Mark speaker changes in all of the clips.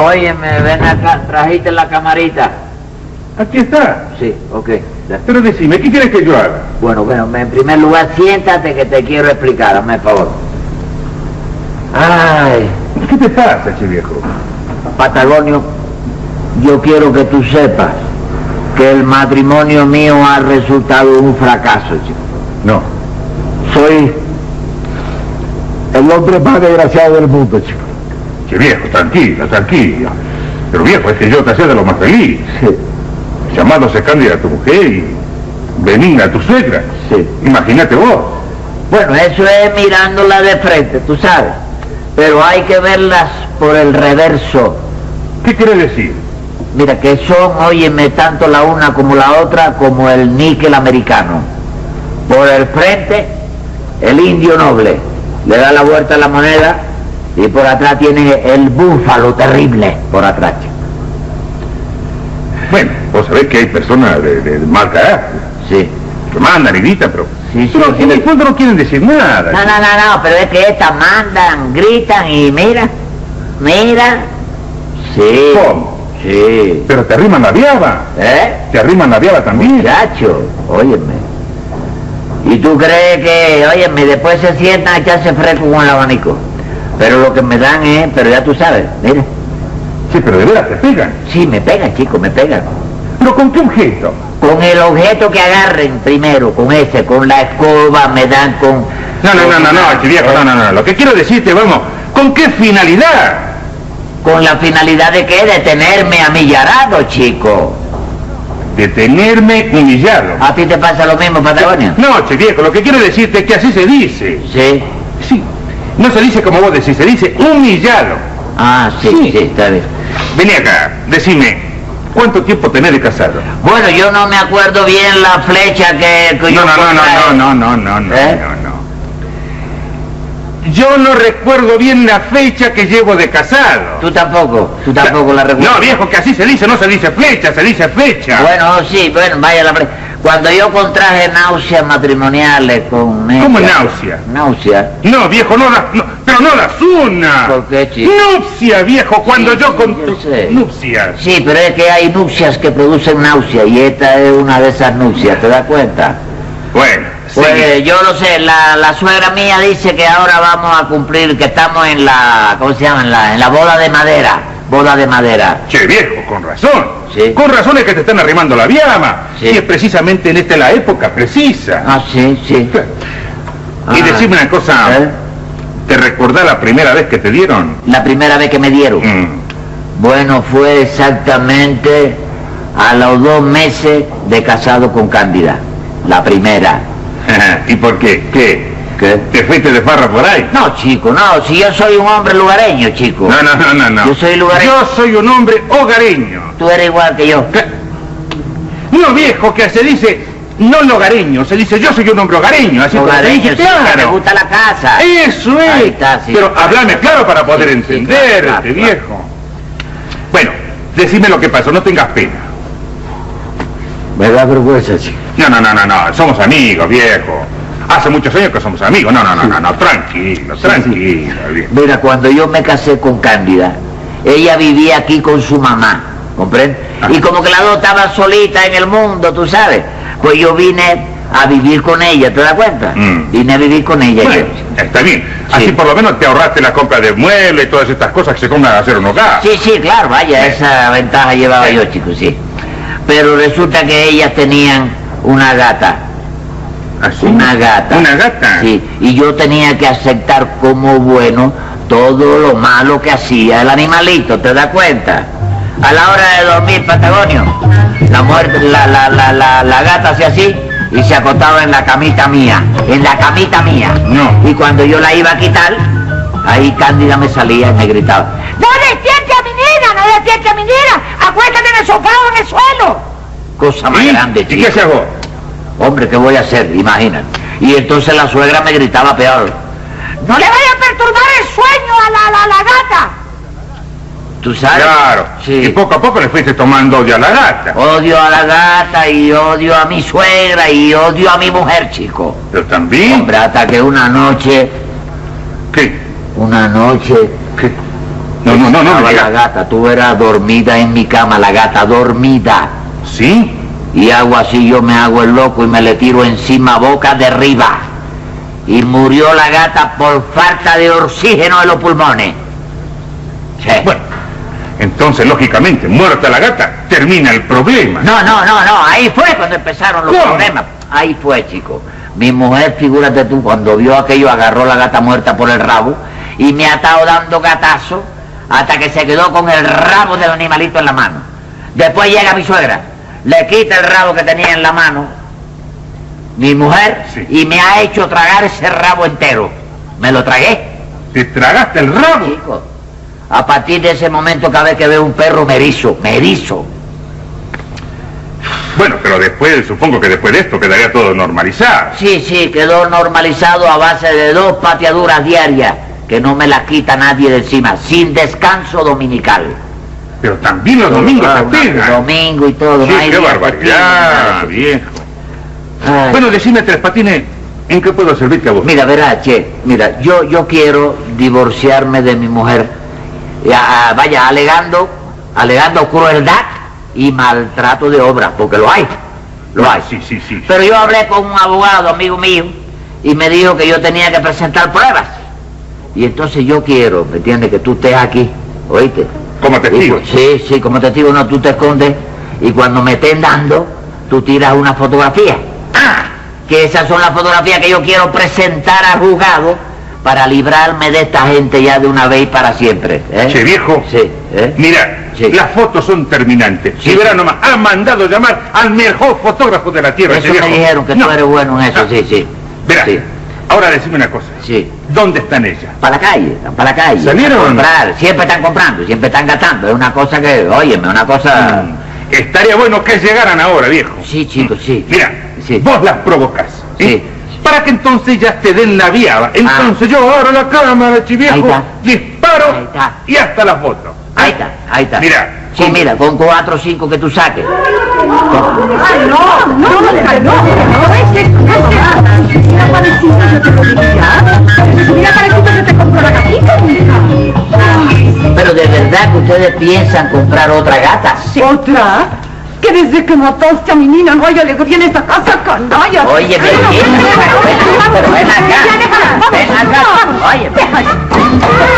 Speaker 1: Óyeme, ven acá, trajiste la camarita.
Speaker 2: Aquí está.
Speaker 1: Sí, ok. ya.
Speaker 2: Pero decime, ¿qué quieres que yo haga?
Speaker 1: Bueno, bueno, en primer lugar, siéntate que te quiero explicar, hazme el favor. Ay,
Speaker 2: ¿Qué te pasa, che viejo?
Speaker 1: Patagonio, yo quiero que tú sepas que el matrimonio mío ha resultado un fracaso, chico.
Speaker 2: No.
Speaker 1: Soy
Speaker 3: El hombre más desgraciado del mundo, chico.
Speaker 2: Che viejo, tranquila, tranquila. Pero viejo, es que yo te hacía de lo más feliz.
Speaker 3: Sí,
Speaker 2: Llamándose Cándida a tu mujer y Benigna a tu suegra.
Speaker 3: sí.
Speaker 2: Imagínate vos.
Speaker 1: Bueno, eso es mirándola de frente, tú sabes. Pero hay que verlas por el reverso.
Speaker 2: ¿Qué quiere decir?
Speaker 1: Mira, que son, óyeme, tanto la una como la otra, como el níquel americano. Por el frente, el indio noble. Le da la vuelta a la moneda y por atrás tiene el búfalo terrible, por atrás. chico.
Speaker 2: Bueno, vos sabés que hay personas de, de- de mal carácter
Speaker 1: Sí.
Speaker 2: que mandan y gritan, pero...
Speaker 1: Sí, sí,
Speaker 2: pero
Speaker 1: sí.
Speaker 2: en el fondo no quieren decir nada.
Speaker 1: No, no, no, no, pero es que estas mandan, gritan y mira, mira. Sí.
Speaker 2: ¿Cómo?
Speaker 1: Sí.
Speaker 2: Pero te arriman la viaba.
Speaker 1: ¿Eh?
Speaker 2: Te arriman la viaba también.
Speaker 1: Muchacho, óyeme. ¿Y tú crees que, óyeme, después se sientan a echarse fresco con el abanico? Pero lo que me dan es, pero ya tú sabes, mira.
Speaker 2: Sí, pero de veras te pegan.
Speaker 1: Sí, me pegan, chico, me pegan.
Speaker 2: ¿Pero con qué objeto?
Speaker 1: Con el objeto que agarren primero, con ese, con la escoba, me dan con...
Speaker 2: No, no, no, no, no, che viejo, no, no, no. Lo que quiero decirte, vamos, ¿con qué finalidad?
Speaker 1: Con la finalidad de qué? De tenerme amillarado, chico.
Speaker 2: De tenerme humillado.
Speaker 1: ¿A ti te pasa lo mismo, Patagonia?
Speaker 2: No, che viejo, lo que quiero decirte es que así se dice.
Speaker 1: Sí.
Speaker 2: Sí. No se dice como vos decís, se dice humillado.
Speaker 1: Ah, sí,
Speaker 2: Sí.
Speaker 1: sí, está bien.
Speaker 2: Vení acá, decime, ¿cuánto tiempo tenés de casado?
Speaker 1: Bueno, yo no me acuerdo bien la flecha que, que
Speaker 2: No,
Speaker 1: yo
Speaker 2: no, no, no,
Speaker 1: contraje.
Speaker 2: no, no, no, no,
Speaker 1: ¿Eh?
Speaker 2: no, no. Yo no recuerdo bien la fecha que llevo de casado.
Speaker 1: Tú tampoco, tú tampoco la recuerdas.
Speaker 2: No, viejo, que así se dice, no se dice flecha, se dice fecha.
Speaker 1: Bueno, sí, bueno, vaya la pre- Cuando yo contraje náuseas matrimoniales con ella-
Speaker 2: ¿Cómo náusea?
Speaker 1: Náusea.
Speaker 2: No, viejo, no las... no, pero no las una.
Speaker 1: ¿Por qué, chico?
Speaker 2: Nupcia, viejo, cuando
Speaker 1: Sí,
Speaker 2: yo
Speaker 1: sí,
Speaker 2: con...
Speaker 1: yo sé.
Speaker 2: Nupcias.
Speaker 1: Sí, pero es que hay nupcias que producen náusea y esta es una de esas nupcias, ¿te das cuenta?
Speaker 2: Bueno,
Speaker 1: Pues
Speaker 2: sí.
Speaker 1: yo lo sé, la, la suegra mía dice que ahora vamos a cumplir, que estamos en la, ¿cómo se llama? En la, en la boda de madera, boda de madera.
Speaker 2: Che, viejo, con razón.
Speaker 1: Sí.
Speaker 2: Con razón es que te están arrimando la viama.
Speaker 1: Sí.
Speaker 2: Y es precisamente en esta la época precisa.
Speaker 1: Ah, sí, sí.
Speaker 2: Y
Speaker 1: Ah.
Speaker 2: decime una cosa,
Speaker 1: ¿Eh?
Speaker 2: ¿te recordás la primera vez que te dieron?
Speaker 1: La primera vez que me dieron.
Speaker 2: Mm,
Speaker 1: Bueno, fue exactamente a los dos meses de casado con Cándida, la primera.
Speaker 2: ¿Y por qué? ¿Qué?
Speaker 1: ¿Qué?
Speaker 2: Te fuiste de farra por ahí.
Speaker 1: No, chico, no, si yo soy un hombre lugareño, chico.
Speaker 2: No, no, no, no. no.
Speaker 1: Yo soy lugareño.
Speaker 2: Yo soy un hombre hogareño.
Speaker 1: Tú eres igual que yo.
Speaker 2: ¿Qué? No, viejo, que se dice no hogareño, se dice yo soy un hombre hogareño. Así como te
Speaker 1: Lugareño,
Speaker 2: dije,
Speaker 1: sí, que me
Speaker 2: claro.
Speaker 1: gusta la casa.
Speaker 2: Eso es.
Speaker 1: Ahí está, sí.
Speaker 2: Pero háblame claro para poder
Speaker 1: Sí, sí, claro,
Speaker 2: entenderte,
Speaker 1: claro, claro.
Speaker 2: viejo. Bueno, decime lo que pasó, no tengas pena.
Speaker 1: Me da vergüenza, chico.
Speaker 2: No, no, no, no, no, somos amigos, viejo. Hace muchos años que somos amigos. No, no, no, no, no, tranquilo, tranquilo, viejo.
Speaker 1: Mira, cuando yo me casé con Cándida, ella vivía aquí con su mamá, ¿comprendes?
Speaker 2: Ajá.
Speaker 1: Y como que la dos estaba solita en el mundo, tú sabes, pues yo vine a vivir con ella, ¿te das cuenta?
Speaker 2: Mm.
Speaker 1: Vine a vivir con ella
Speaker 2: Bueno,
Speaker 1: yo.
Speaker 2: está bien.
Speaker 1: Sí.
Speaker 2: Así por lo menos te ahorraste la compra de muebles y todas estas cosas que se compran a hacer un hogar.
Speaker 1: Sí, sí, claro, vaya, esa ventaja llevaba
Speaker 2: Sí.
Speaker 1: yo, chicos, sí. Pero resulta que ellas tenían una gata,
Speaker 2: Así.
Speaker 1: una gata.
Speaker 2: Una gata.
Speaker 1: Sí, y yo tenía que aceptar como bueno todo lo malo que hacía el animalito, ¿te das cuenta? A la hora de dormir, Patagonio, la, muerte, la, la, la, la, la gata hacía así y se acostaba en la camita mía, en la camita mía.
Speaker 2: No.
Speaker 1: Y cuando yo la iba a quitar, ahí Cándida me salía y me gritaba,
Speaker 4: ¡No despiertes a mi nena! ¡No despiertes a mi nena! ¡Acuéstate en el sofá o en el suelo!
Speaker 1: cosa más
Speaker 2: ¿Y?
Speaker 1: grande,
Speaker 2: ¿Y qué
Speaker 1: chico.
Speaker 2: hacías vos?
Speaker 1: Hombre, ¿qué voy a hacer? Imagínate. Y entonces la suegra me gritaba peor.
Speaker 4: ¡No le vayas a perturbar el sueño a la, la, la gata!
Speaker 1: ¿Tú sabes?
Speaker 2: Claro.
Speaker 1: Sí. Oh.
Speaker 2: Y poco a poco le fuiste tomando odio a la gata.
Speaker 1: Odio a la gata y odio a mi suegra y odio a mi mujer, chico.
Speaker 2: Pero también.
Speaker 1: Hombre, hasta que una noche,
Speaker 2: ¿Qué?
Speaker 1: una noche...
Speaker 2: ¿Qué? No, no, no, no. me
Speaker 1: estaba la
Speaker 2: digas.
Speaker 1: gata, tú eras dormida en mi cama, la gata dormida.
Speaker 2: ¿Sí?
Speaker 1: Y hago así, yo me hago el loco y me le tiro encima boca de arriba. Y murió la gata por falta de oxígeno en los pulmones. Sí.
Speaker 2: Bueno, entonces, lógicamente, muerta la gata, termina el problema.
Speaker 1: No, no, no, no, ahí fue cuando empezaron los
Speaker 2: ¿Cómo?
Speaker 1: problemas. Ahí fue, chico. Mi mujer, figúrate tú, cuando vio aquello, agarró la gata muerta por el rabo y me ha estado dando gatazo hasta que se quedó con el rabo del animalito en la mano. Después llega mi suegra, le quita el rabo que tenía en la mano, mi mujer,
Speaker 2: Sí.
Speaker 1: y me ha hecho tragar ese rabo entero. Me lo tragué,
Speaker 2: Te tragaste el rabo.
Speaker 1: chico. A partir de ese momento, cada vez que veo un perro, me erizo, me erizo.
Speaker 2: Bueno, pero después, supongo que después de esto quedaría todo normalizado.
Speaker 1: Sí, sí, quedó normalizado a base de dos pateaduras diarias que no me las quita nadie de encima, sin descanso dominical.
Speaker 2: Pero también los domingos
Speaker 1: Ah,
Speaker 2: te pegan.
Speaker 1: Domingo y todo.
Speaker 2: Sí,
Speaker 1: no hay
Speaker 2: qué
Speaker 1: día que
Speaker 2: barbaridad,
Speaker 1: tiene,
Speaker 2: viejo.
Speaker 1: Ay,
Speaker 2: Bueno, decime, Tres Patines, ¿en qué puedo servirte a vos?
Speaker 1: mira, verá, che, mira, yo, yo quiero divorciarme de mi mujer, Ya, ah, vaya, alegando, alegando crueldad y maltrato de obra, porque lo hay, lo hay.
Speaker 2: Sí, sí, sí.
Speaker 1: Pero yo hablé con un abogado, amigo mío, y me dijo que yo tenía que presentar pruebas. Y entonces yo quiero, ¿me entiendes? Que tú estés aquí, ¿oíste?
Speaker 2: Como testigo.
Speaker 1: Y cu- sí, sí, como testigo no, tú te escondes y cuando me estén dando, tú tiras una fotografía. ¡Ah! Que esas son las fotografías que yo quiero presentar al juzgado para librarme de esta gente ya de una vez y para siempre. ¿eh?
Speaker 2: Che, viejo.
Speaker 1: Sí, ¿eh?
Speaker 2: Mira,
Speaker 1: Sí.
Speaker 2: las fotos son terminantes.
Speaker 1: Sí.
Speaker 2: Si verá nomás, ha mandado llamar al mejor fotógrafo de la Tierra.
Speaker 1: Eso
Speaker 2: ese
Speaker 1: me
Speaker 2: viejo.
Speaker 1: dijeron que
Speaker 2: No.
Speaker 1: tú eres bueno en eso,
Speaker 2: Ah,
Speaker 1: sí, sí.
Speaker 2: Verá,
Speaker 1: Sí,
Speaker 2: ahora decime una cosa.
Speaker 1: sí.
Speaker 2: ¿Dónde están ellas?
Speaker 1: para la calle, están para la calle.
Speaker 2: ¿Salieron?
Speaker 1: A comprar, siempre están comprando, siempre están gastando. Es una cosa que, óyeme, una cosa...
Speaker 2: Mm. Estaría bueno que llegaran ahora, viejo.
Speaker 1: Ah. Sí, chicos, sí.
Speaker 2: Mira,
Speaker 1: Sí.
Speaker 2: vos las provocas. ¿eh? Para que entonces ya te den la viada. Entonces yo abro la cámara,
Speaker 1: Ah. Ahí
Speaker 2: chiviejo,
Speaker 1: está. Ahí
Speaker 2: disparo
Speaker 1: está.
Speaker 2: y hasta la foto.
Speaker 1: Ahí está, ahí está.
Speaker 2: Mira.
Speaker 1: Sí, mira, con cuatro o cinco que tú saques.
Speaker 4: ¡Ay, no! ¡No, no, no! ¡No ves que es Si hubiera parecido, yo te lo diría. Si hubiera parecido, yo te compro la gatita, mija.
Speaker 1: Pero de verdad que ustedes piensan comprar otra gata.
Speaker 4: ¿Otra? Que desde que mataste a mi nina no hay alegría en esta casa, canalla.
Speaker 1: Oye, pero
Speaker 4: Ay,
Speaker 1: ¿quién?
Speaker 4: no,
Speaker 1: Pero
Speaker 4: no,
Speaker 1: ven acá,
Speaker 4: no, no,
Speaker 1: pero ven acá.
Speaker 4: Ya, déjala, vamos,
Speaker 1: Ven acá.
Speaker 4: vamos,
Speaker 1: Oye, pero-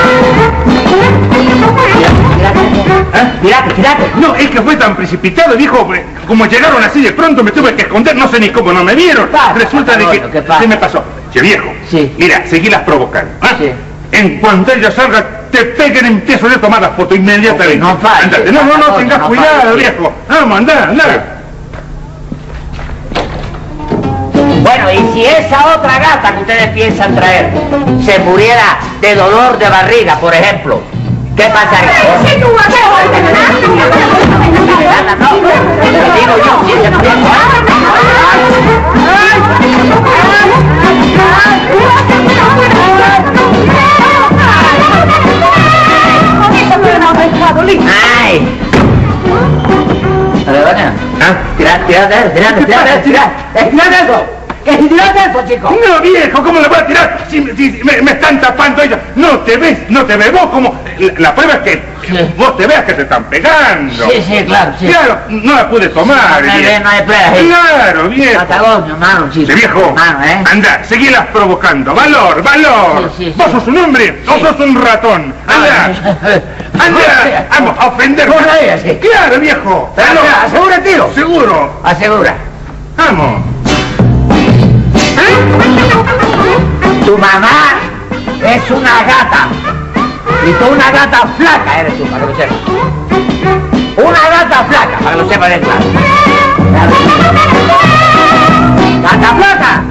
Speaker 4: déjala.
Speaker 2: ¿Eh?
Speaker 1: Tirate, tirate.
Speaker 2: No, es que fue tan precipitado, viejo. eh, Como llegaron así de pronto, me tuve que esconder. No sé ni cómo no me vieron.
Speaker 1: pasa,
Speaker 2: Resulta de
Speaker 1: Manolo?
Speaker 2: que
Speaker 1: ¿Qué pasa?
Speaker 2: se me pasó. Che, viejo.
Speaker 1: Sí.
Speaker 2: Mira, seguílas provocando. ¿ah?
Speaker 1: Sí.
Speaker 2: En cuanto ella salga, te peguen, empiezo yo a tomar la foto inmediatamente.
Speaker 1: Ok, no falles.
Speaker 2: Andate. No, no, no,
Speaker 1: Manolo,
Speaker 2: tengas
Speaker 1: no
Speaker 2: cuidado,
Speaker 1: falles, sí.
Speaker 2: viejo. Vamos, andá, andá.
Speaker 1: Bueno, y si esa otra gata que ustedes piensan traer se muriera de dolor de barriga, por ejemplo, ¿qué pasaría?
Speaker 5: ¡Ese tu guapo! ¡Ese tu
Speaker 1: No, lo digo yo, si se muriera. ¡Ay! Perdona.
Speaker 6: ¿Ah?
Speaker 1: Tirad, tirad de eso, tirad,
Speaker 6: ¿Qué
Speaker 1: tirad,
Speaker 6: pasa?
Speaker 1: tirad, eh, tirad de eso. Que si tirad de eso, chicos.
Speaker 6: No, viejo, ¿cómo le voy a tirar? Si, si- si me, me están tapando ellos. No te ves, no te ves vos como... La, la prueba es que
Speaker 1: Sí.
Speaker 6: vos te veas que te están pegando.
Speaker 1: Sí, sí, claro, sí.
Speaker 6: Claro, no la pude tomar.
Speaker 1: No, no,
Speaker 6: viejo.
Speaker 1: no hay prueba, sí.
Speaker 6: Claro, viejo.
Speaker 1: Patagón, hermano, chico.
Speaker 6: Sí, viejo.
Speaker 1: Hermano, ¿eh?
Speaker 6: Anda, seguilas provocando. Valor, valor.
Speaker 1: Sí, sí, sí.
Speaker 6: Vos sos un hombre, vos sos un ratón. Anda. Anda, vamos a ofender.
Speaker 1: Vos ahí, así.
Speaker 6: Claro, viejo.
Speaker 1: Anda,
Speaker 6: Valor.
Speaker 1: asegura el tiro.
Speaker 6: Seguro.
Speaker 1: Asegura.
Speaker 6: Vamos.
Speaker 1: Tu mamá es una gata. Y tú una gata flaca eres tú, para que lo sepas. Una gata flaca, para que lo sepas de claro. ¡Gata flaca!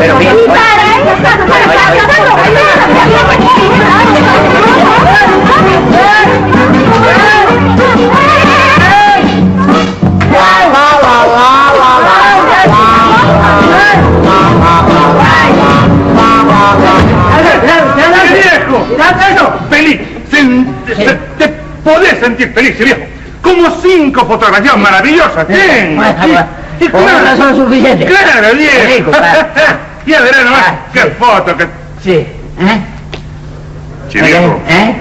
Speaker 1: Pero bien, oye.
Speaker 6: ¡Qué viejo! ¡Feliz! Sen- se- te podés sentir feliz, viejo. Como cinco fotografías maravillosas. Bien. Y
Speaker 1: Con una
Speaker 6: claro,
Speaker 1: razón suficiente.
Speaker 6: claro, viejo.
Speaker 1: Rico, claro.
Speaker 6: Ya verás nomás
Speaker 1: Ah,
Speaker 6: qué
Speaker 1: sí.
Speaker 6: foto que...
Speaker 1: Sí. ¿Eh?
Speaker 6: Che, viejo,
Speaker 1: ¿Eh?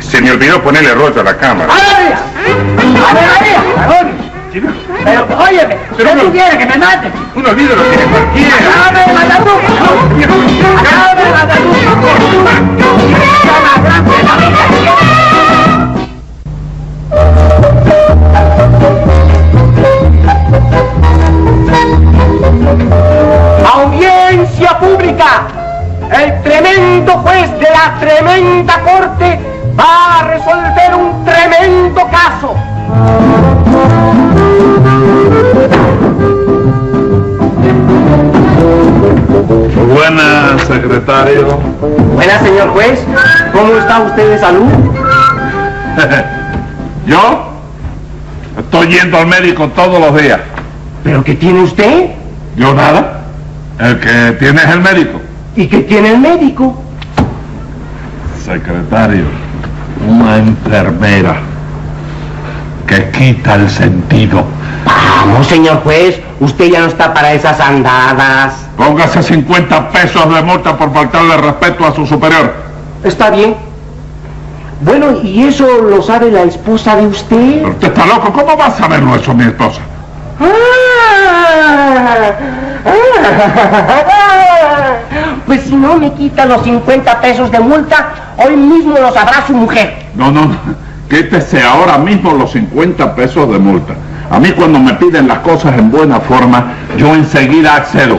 Speaker 6: se me olvidó ponerle rollo a la cámara.
Speaker 1: ¡Ave María! ¡Ave María! ¡Dragón!
Speaker 6: Che, viejo,
Speaker 1: Pero, óyeme,
Speaker 6: Pero
Speaker 1: ¿qué
Speaker 6: no-
Speaker 1: tú quieres? ¿Que me maten?
Speaker 6: Un olvido lo tiene cualquiera.
Speaker 1: ¡Acábame de matar tú!
Speaker 6: Viejo,
Speaker 1: ¡Acábame de matar tú! ¡Ya más grande la vida!
Speaker 4: Audiencia pública. El tremendo juez de la tremenda corte va a resolver un tremendo caso.
Speaker 2: Buenas, secretario.
Speaker 4: Buenas, señor juez. ¿Cómo está usted de salud?
Speaker 2: ¿Yo? Estoy yendo al médico todos los días.
Speaker 4: ¿Pero qué tiene usted?
Speaker 2: ¿Yo nada? El que tiene es el médico.
Speaker 4: ¿Y qué tiene el médico?
Speaker 2: Secretario, una enfermera que quita el sentido.
Speaker 4: Vamos, señor juez. Usted ya no está para esas andadas.
Speaker 2: Póngase 50 pesos de multa por faltarle respeto a su superior.
Speaker 4: Está bien. Bueno, ¿y eso lo sabe la esposa de usted?
Speaker 2: Pero usted está loco, ¿cómo va a saberlo eso mi esposa?
Speaker 4: Ah. Pues si no me quita los 50 pesos de multa, hoy mismo lo sabrá su mujer.
Speaker 2: No, no, quítese ahora mismo los 50 pesos de multa. A mí cuando me piden las cosas en buena forma, yo enseguida accedo.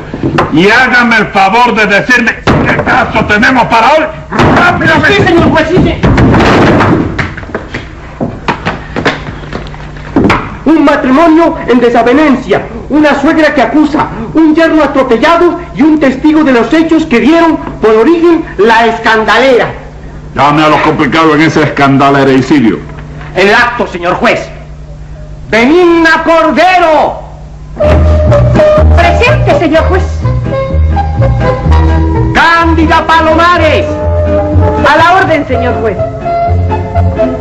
Speaker 2: Y hágame el favor de decirme qué caso tenemos para hoy. Rápidamente.
Speaker 4: señor juez, Un matrimonio en desavenencia, una suegra que acusa, un yerno atropellado y un testigo de los hechos que dieron por origen la escandalera.
Speaker 2: Dame a los complicados en ese escandalereicidio.
Speaker 4: El acto, señor juez. Benigna Cordero.
Speaker 5: Presente, señor juez.
Speaker 4: Cándida Palomares,
Speaker 5: A la orden, señor juez.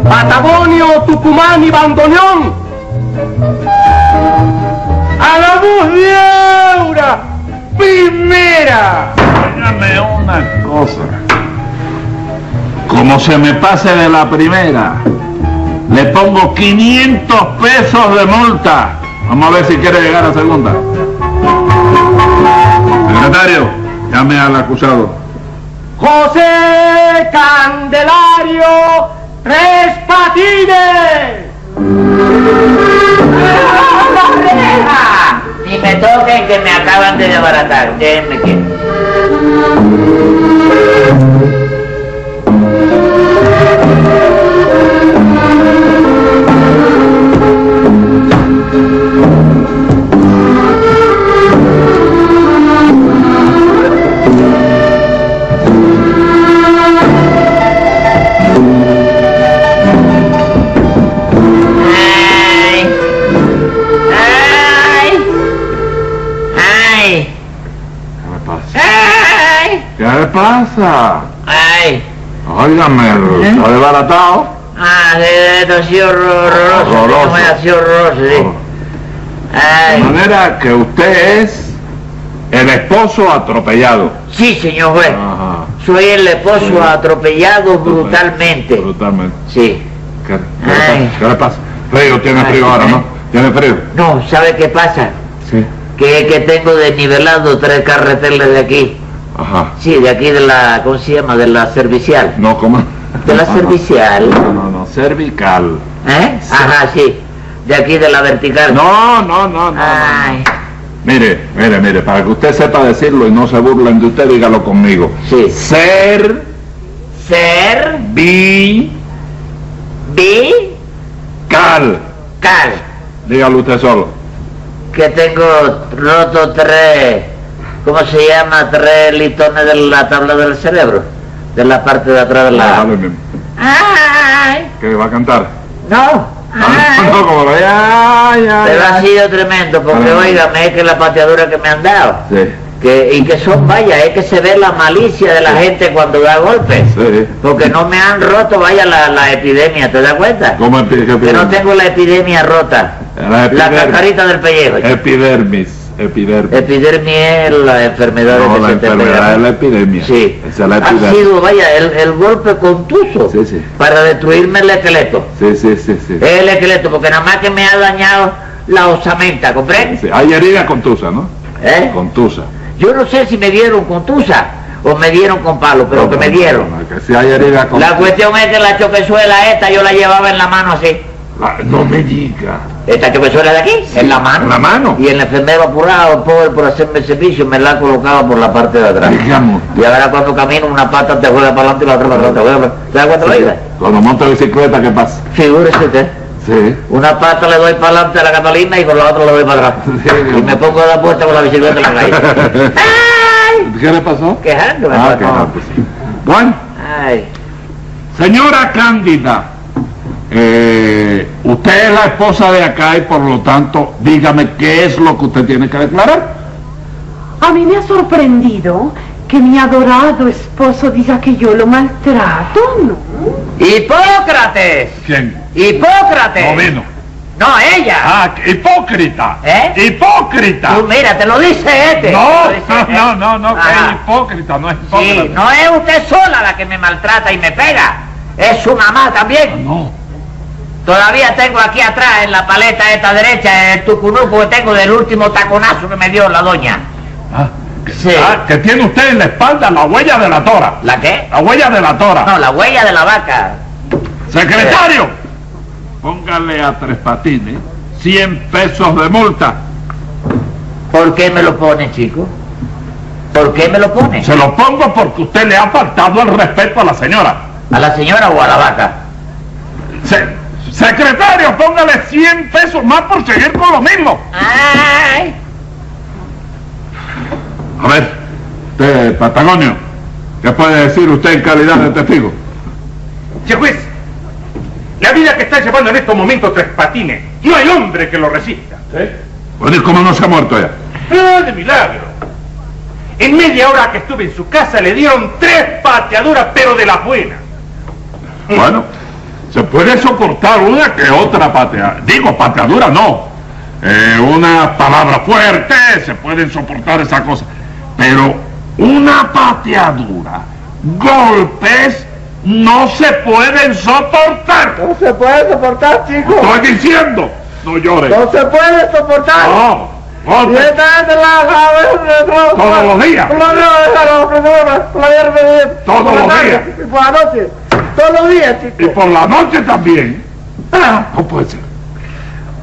Speaker 4: Patagonio, Tucumán y Bandoneón. A la voz de Aura, primera.
Speaker 2: Hágame una cosa. Como se me pase de la primera, le pongo 500 pesos de multa. Vamos a ver si quiere llegar a segunda. Secretario, llame al acusado.
Speaker 4: José Candelario, tres patines.
Speaker 1: Ah, Ni me toquen que me acaban de desbaratar. Déjenme que.
Speaker 2: pasa?
Speaker 1: ¡Ay!
Speaker 2: ¿Qué le pasa?
Speaker 1: ¡Ay!
Speaker 2: Óigame,
Speaker 1: ¿Eh?
Speaker 2: está desbaratado.
Speaker 1: ¡Ah, de, de, ha sido horroroso!
Speaker 2: Horroroso.
Speaker 1: Ha sido horroroso, sí.
Speaker 2: De
Speaker 1: ¡Ay!
Speaker 2: manera que usted es el esposo atropellado.
Speaker 1: Sí, señor juez.
Speaker 2: Ajá.
Speaker 1: Soy el esposo
Speaker 2: Sí.
Speaker 1: atropellado brutalmente.
Speaker 2: Brutalmente.
Speaker 1: Sí.
Speaker 2: ¿Qué, qué le
Speaker 1: Ay.
Speaker 2: pasa? ¿Qué le pasa? Frío, tiene
Speaker 1: Ay.
Speaker 2: frío ahora, ¿no? ¿Tiene frío?
Speaker 1: No, ¿sabe qué pasa?
Speaker 2: Sí.
Speaker 1: Que, que tengo desnivelado tres carreteles de aquí.
Speaker 2: Ajá.
Speaker 1: Sí, de aquí de la, ¿cómo se llama? De la servicial.
Speaker 2: No, ¿cómo?
Speaker 1: De la
Speaker 2: Ajá.
Speaker 1: servicial.
Speaker 2: No, no, no, cervical.
Speaker 1: ¿Eh? Ajá, Ah. sí. De aquí de la vertical.
Speaker 2: No, no, no, no. no.
Speaker 1: Ay,
Speaker 2: Mire, mire, mire, para que usted sepa decirlo y no se burlen de usted, dígalo conmigo.
Speaker 1: Sí.
Speaker 2: Ser,
Speaker 1: ser,
Speaker 2: vi,
Speaker 1: vi,
Speaker 2: cal.
Speaker 1: cal.
Speaker 2: Dígalo usted solo.
Speaker 1: Que tengo roto tres, ¿cómo se llama? Tres litones de la tabla del cerebro. De la parte de atrás de la...
Speaker 2: Dale, mi-
Speaker 1: Ay,
Speaker 2: que va a cantar.
Speaker 1: no.
Speaker 2: Ah,
Speaker 1: Ay.
Speaker 2: no, como lo- ya, ya,
Speaker 1: Pero
Speaker 2: ya.
Speaker 1: ha sido tremendo, porque
Speaker 2: Ah.
Speaker 1: óigame, es que la pateadura que me han dado.
Speaker 2: Sí,
Speaker 1: Que, y que son, vaya, es que se ve la malicia de la gente cuando da golpes.
Speaker 2: sí.
Speaker 1: Porque no me han roto, vaya, la, la epidemia, ¿te das cuenta?
Speaker 2: ¿Cómo epi- qué
Speaker 1: Que no
Speaker 2: epidemia?
Speaker 1: tengo la epidemia rota.
Speaker 2: Era
Speaker 1: La
Speaker 2: epidermis.
Speaker 1: cascarita del
Speaker 2: Eh.
Speaker 1: pellejo.
Speaker 2: Epidermis. Epidermis.
Speaker 1: Epidemia es la enfermedad
Speaker 2: No,
Speaker 1: de
Speaker 2: la
Speaker 1: que se te
Speaker 2: enfermedad
Speaker 1: pega.
Speaker 2: es la epidemia.
Speaker 1: Sí. Ah,
Speaker 2: Esa es la
Speaker 1: ha
Speaker 2: epidermis.
Speaker 1: sido, vaya, el, el golpe contuso
Speaker 2: Sí, sí.
Speaker 1: para destruirme el esqueleto.
Speaker 2: Sí, sí, sí, sí.
Speaker 1: El esqueleto, porque nada más que me ha dañado la osamenta, ¿comprendes?
Speaker 2: Sí, Hay herida contusa, ¿no?
Speaker 1: ¿Eh?
Speaker 2: Contusa.
Speaker 1: Yo no sé si me dieron con tusa o me dieron con palo, pero que me dieron.
Speaker 2: Ah, Que si hay herida contusa.
Speaker 1: La cuestión es que la choquezuela esta yo la llevaba en la mano así.
Speaker 2: La- Ah, No me diga.
Speaker 1: Esta choquezuela de aquí, en la mano.
Speaker 2: en la mano.
Speaker 1: Y el enfermero apurado, pobre, por hacerme el servicio, me la colocaba por la parte de atrás.
Speaker 2: Digamos.
Speaker 1: Y ahora cuando camino, una pata te juega para adelante y la otra para atrás. te juega para- ¿Te das cuenta, oiga?
Speaker 2: Cuando monta bicicleta, ¿qué pasa?
Speaker 1: Figúrese usted.
Speaker 2: Sí.
Speaker 1: Una pata le doy para adelante a la Catalina y con la otra le doy para atrás.
Speaker 2: Sí.
Speaker 1: Y me pongo a dar vuelta con la bicicleta en la calle. ¡Ay!
Speaker 2: ¿Qué le pasó?
Speaker 1: Quejándome.
Speaker 2: Ah,
Speaker 1: pues,
Speaker 2: qué
Speaker 1: no.
Speaker 2: rápido, sí. Bueno,
Speaker 1: Ay.
Speaker 2: señora Cándida, eh, usted es la esposa de acá y por lo tanto, dígame qué es lo que usted tiene que declarar.
Speaker 5: A mí me ha sorprendido que mi adorado esposo diga que yo lo maltrato, ¿no?
Speaker 1: ¡Hipócrates!
Speaker 2: ¿Quién?
Speaker 1: ¡Hipócrates!
Speaker 2: No vino.
Speaker 1: No, ella.
Speaker 2: Ah, hipócrita.
Speaker 1: ¿Eh?
Speaker 2: Hipócrita.
Speaker 1: Tú mira, te lo dice este.
Speaker 2: Ah. No,
Speaker 1: Te lo dice
Speaker 2: no,
Speaker 1: este.
Speaker 2: no, no, no, que es
Speaker 1: Ajá.
Speaker 2: hipócrita, no es hipócrita.
Speaker 1: Sí, no es usted sola la que me maltrata y me pega. Es su mamá también.
Speaker 2: No.
Speaker 1: Todavía tengo aquí atrás, en la paleta esta derecha, el tucunuco que tengo del último taconazo que me dio la doña.
Speaker 2: Ah, que,
Speaker 1: Sí.
Speaker 2: ah, que tiene usted en la espalda la huella de la tora.
Speaker 1: ¿La qué?
Speaker 2: La huella de la tora.
Speaker 1: No, la huella de la vaca.
Speaker 2: Secretario, póngale a Tres Patines 100 pesos de multa.
Speaker 1: ¿Por qué me lo pone, chico? ¿Por qué me lo pone?
Speaker 2: Se lo pongo porque usted le ha faltado el respeto a la señora.
Speaker 1: ¿A la señora o a la vaca?
Speaker 2: Se- secretario, póngale 100 pesos más por seguir con lo mismo.
Speaker 1: ¡Ay!
Speaker 2: A ver, usted, Patagonio, ¿qué puede decir usted en calidad de testigo?
Speaker 6: Che juez, la vida que está llevando en estos momentos Tres Patines, no hay hombre que lo resista.
Speaker 2: Bueno, ¿y cómo no se ha muerto ya?
Speaker 6: ¡Ah, de milagro! En media hora que estuve en su casa le dieron tres pateaduras, pero de las buenas.
Speaker 2: Bueno, se puede soportar una que otra pateada. Digo, pateadura no. Eh, una palabra fuerte, se pueden soportar esa cosa. Pero una pateadura, golpes, no se pueden soportar.
Speaker 3: No se puede soportar, chico.
Speaker 4: Oh.
Speaker 2: Estoy diciendo, no llores.
Speaker 3: No se puede soportar.
Speaker 2: No,
Speaker 3: Ah, Y
Speaker 2: golpes.
Speaker 3: esta gente la sabe, no,
Speaker 2: Todos los días.
Speaker 3: Por la mañana, por la mañana, por la mañana,
Speaker 2: Todos
Speaker 3: por la
Speaker 2: los
Speaker 3: tarde,
Speaker 2: días.
Speaker 3: y Por la noche. Todos los días, chico.
Speaker 2: Y por la noche también. Ah, no puede ser.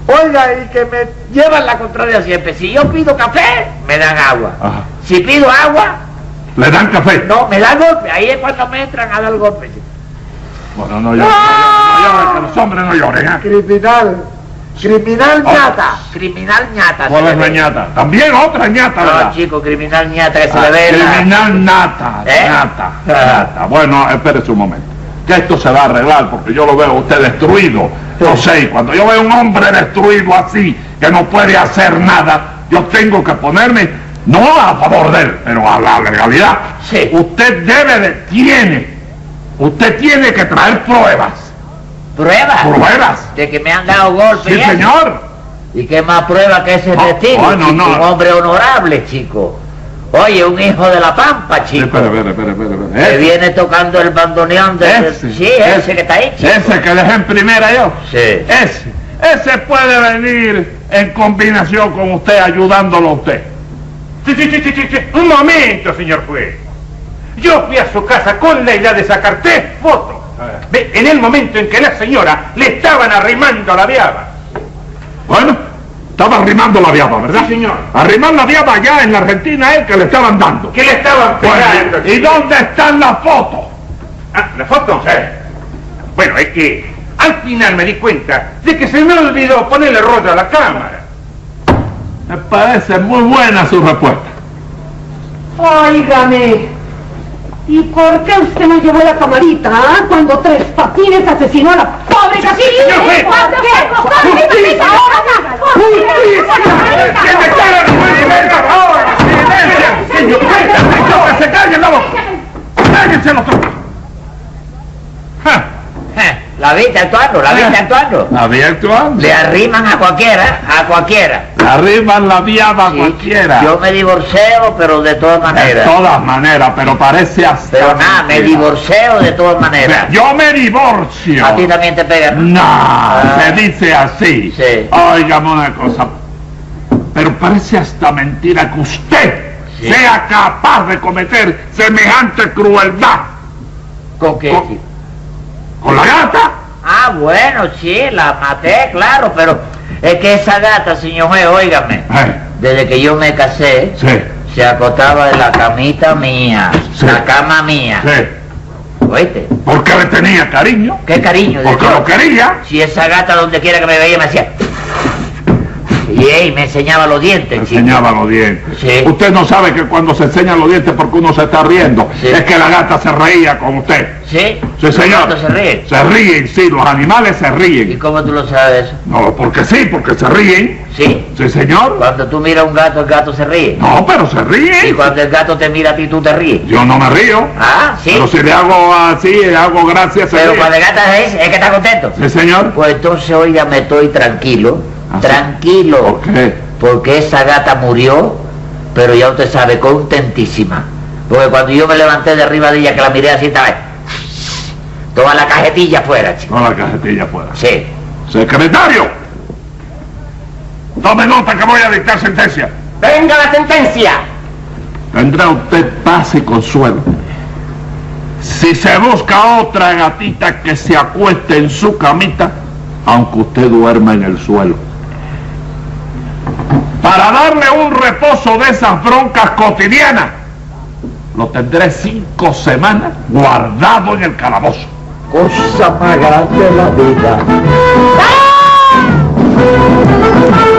Speaker 3: Oiga, y que me llevan la contraria.
Speaker 1: contrario siempre. Si yo pido café, me dan agua.
Speaker 3: Ah.
Speaker 2: Ajá.
Speaker 1: Si pido agua,
Speaker 2: Le dan café.
Speaker 1: no, me dan golpe. Ahí es cuando me entran a dar golpe.
Speaker 2: Bueno, no llores. No llores, que los hombres no lloren.
Speaker 3: Ah.
Speaker 2: ¿eh?
Speaker 3: Criminal. Criminal
Speaker 2: Oh.
Speaker 3: ñata.
Speaker 1: Criminal ñata.
Speaker 2: ¿Cuál
Speaker 1: se
Speaker 2: es
Speaker 1: le
Speaker 2: la
Speaker 1: ve.
Speaker 2: ñata? También otra ñata,
Speaker 3: Ah,
Speaker 2: ¿verdad?
Speaker 1: No, chico, criminal ñata que se
Speaker 2: Ah,
Speaker 1: le ve la-
Speaker 2: Criminal nata,
Speaker 1: ¿Eh?
Speaker 2: nata,
Speaker 1: Ah.
Speaker 2: nata. Bueno, espérese un momento. Que esto se va a arreglar porque yo lo veo a usted destruido. No sé, y cuando yo veo a un hombre destruido así, que no puede hacer nada, yo tengo que ponerme No a favor de él, pero a la legalidad.
Speaker 1: Sí.
Speaker 2: Usted debe de, tiene, usted tiene que traer pruebas.
Speaker 1: ¿Pruebas?
Speaker 2: ¿Pruebas?
Speaker 1: De que me han dado golpe.
Speaker 2: Sí,
Speaker 1: y eso.
Speaker 2: señor.
Speaker 1: ¿Y qué más prueba que ese
Speaker 2: No,
Speaker 1: testigo?
Speaker 2: bueno,
Speaker 1: chico?
Speaker 2: no.
Speaker 1: Un hombre honorable, chico. Oye, un hijo de la pampa, chico.
Speaker 2: Espera, espera, espera, espera, espera.
Speaker 1: que viene tocando el bandoneón de...
Speaker 2: Ese,
Speaker 1: sí, ese, que está ahí, chico.
Speaker 2: Ese que dejé en primera yo.
Speaker 1: Sí.
Speaker 2: Ese. Ese puede venir en combinación con usted, ayudándolo a usted.
Speaker 6: Sí, sí, sí, sí, sí, sí. Un momento, señor juez. Yo fui a su casa con la idea de sacar tres fotos. Ve, En el momento en que la señora le estaban arrimando la viaba.
Speaker 2: Bueno, estaba arrimando la viaba, ¿verdad?
Speaker 6: Sí, señor.
Speaker 2: Arrimar la viaba allá en la Argentina es que le estaban dando.
Speaker 6: Que le estaban pegando.
Speaker 2: ¿Y dónde están las fotos?
Speaker 6: Ah, ¿La foto? Bueno, es que al final me di cuenta de que se me olvidó ponerle rollo a la cámara.
Speaker 2: Me parece muy buena su respuesta.
Speaker 5: Óigame. ¿Y por qué usted no llevó la camarita ah, cuando Tres Patines asesinó a la pobre Casilda?
Speaker 6: señor juez.
Speaker 5: ¿Por qué? ¿Por qué?
Speaker 6: ¡Justicia! eh, ¡Que me cagan los movimientos ahora! ¡Silencio! ¡Señor juez! ¡Que se callen la boca! ¡Cállense los dos!
Speaker 1: Eh, La viste actuando, la
Speaker 2: Ah.
Speaker 1: viste actuando.
Speaker 2: La vi actuando.
Speaker 1: Le arriman a cualquiera, a cualquiera.
Speaker 2: Arriban la viaba a
Speaker 1: Sí,
Speaker 2: cualquiera.
Speaker 1: Yo me divorceo, pero de todas
Speaker 2: De
Speaker 1: maneras.
Speaker 2: todas maneras, pero parece hasta...
Speaker 1: Pero nada, me
Speaker 2: mentira.
Speaker 1: divorceo de todas maneras.
Speaker 2: Yo me divorcio.
Speaker 1: A ti también te pegan.
Speaker 2: No, se dice así.
Speaker 1: Ah. Sí.
Speaker 2: Óigame una cosa. Pero parece hasta mentira que usted
Speaker 1: Sí.
Speaker 2: sea capaz de cometer semejante crueldad
Speaker 1: ¿Con qué?
Speaker 2: Con-
Speaker 1: chico?
Speaker 2: con la gata.
Speaker 1: Ah, bueno, sí, la maté, claro, pero es que esa gata, señor juez, óigame,
Speaker 2: Eh,
Speaker 1: desde que yo me casé,
Speaker 2: sí,
Speaker 1: se acostaba en la camita mía,
Speaker 2: Sí.
Speaker 1: la cama mía.
Speaker 2: sí.
Speaker 1: Oíste,
Speaker 2: Porque le tenía cariño.
Speaker 1: qué cariño. de
Speaker 2: Porque
Speaker 1: todo.
Speaker 2: lo quería.
Speaker 1: Si esa gata donde quiera que me veía me hacía... Y ey, me enseñaba los dientes, chico.
Speaker 2: Enseñaba los dientes.
Speaker 1: Sí.
Speaker 2: Usted no sabe que cuando se enseñan los dientes porque uno se está riendo,
Speaker 1: Sí.
Speaker 2: es que la gata se reía con usted.
Speaker 1: ¿Sí?
Speaker 2: Sí,
Speaker 1: Los
Speaker 2: señor.
Speaker 1: gatos se ríen.
Speaker 2: Se ríen, sí, los animales se
Speaker 1: ¿Y
Speaker 2: ríen.
Speaker 1: cómo tú lo sabes?
Speaker 2: No, porque sí, porque se ríen.
Speaker 1: Sí.
Speaker 2: Sí, señor.
Speaker 1: Cuando tú miras a un gato, el gato se ríe.
Speaker 2: No, pero se
Speaker 1: Y
Speaker 2: ríen.
Speaker 1: cuando el gato te mira a ti, tú te ríes.
Speaker 2: Yo no me río.
Speaker 1: Ah, sí.
Speaker 2: Pero si le hago así, le hago gracias a
Speaker 1: Pero cuando el gato es, es que está contento.
Speaker 2: Sí, señor.
Speaker 1: Pues entonces, oiga, me estoy tranquilo.
Speaker 2: Ah, sí.
Speaker 1: Tranquilo.
Speaker 2: ¿Por qué?
Speaker 1: Porque esa gata murió, pero ya usted sabe, contentísima. Porque cuando yo me levanté de arriba de ella, que la miré así, estaba... Toda la cajetilla fuera, chico.
Speaker 2: No la cajetilla fuera.
Speaker 1: Sí.
Speaker 2: Secretario. Tome nota que voy a dictar sentencia.
Speaker 4: ¡Venga la sentencia!
Speaker 2: Tendrá usted paz y consuelo. Si se busca otra gatita que se acueste en su camita, aunque usted duerma en el suelo. Para darle un reposo de esas broncas cotidianas, lo tendré cinco semanas guardado en el calabozo.
Speaker 3: Cosa más grande de la vida.
Speaker 5: ¡Ay,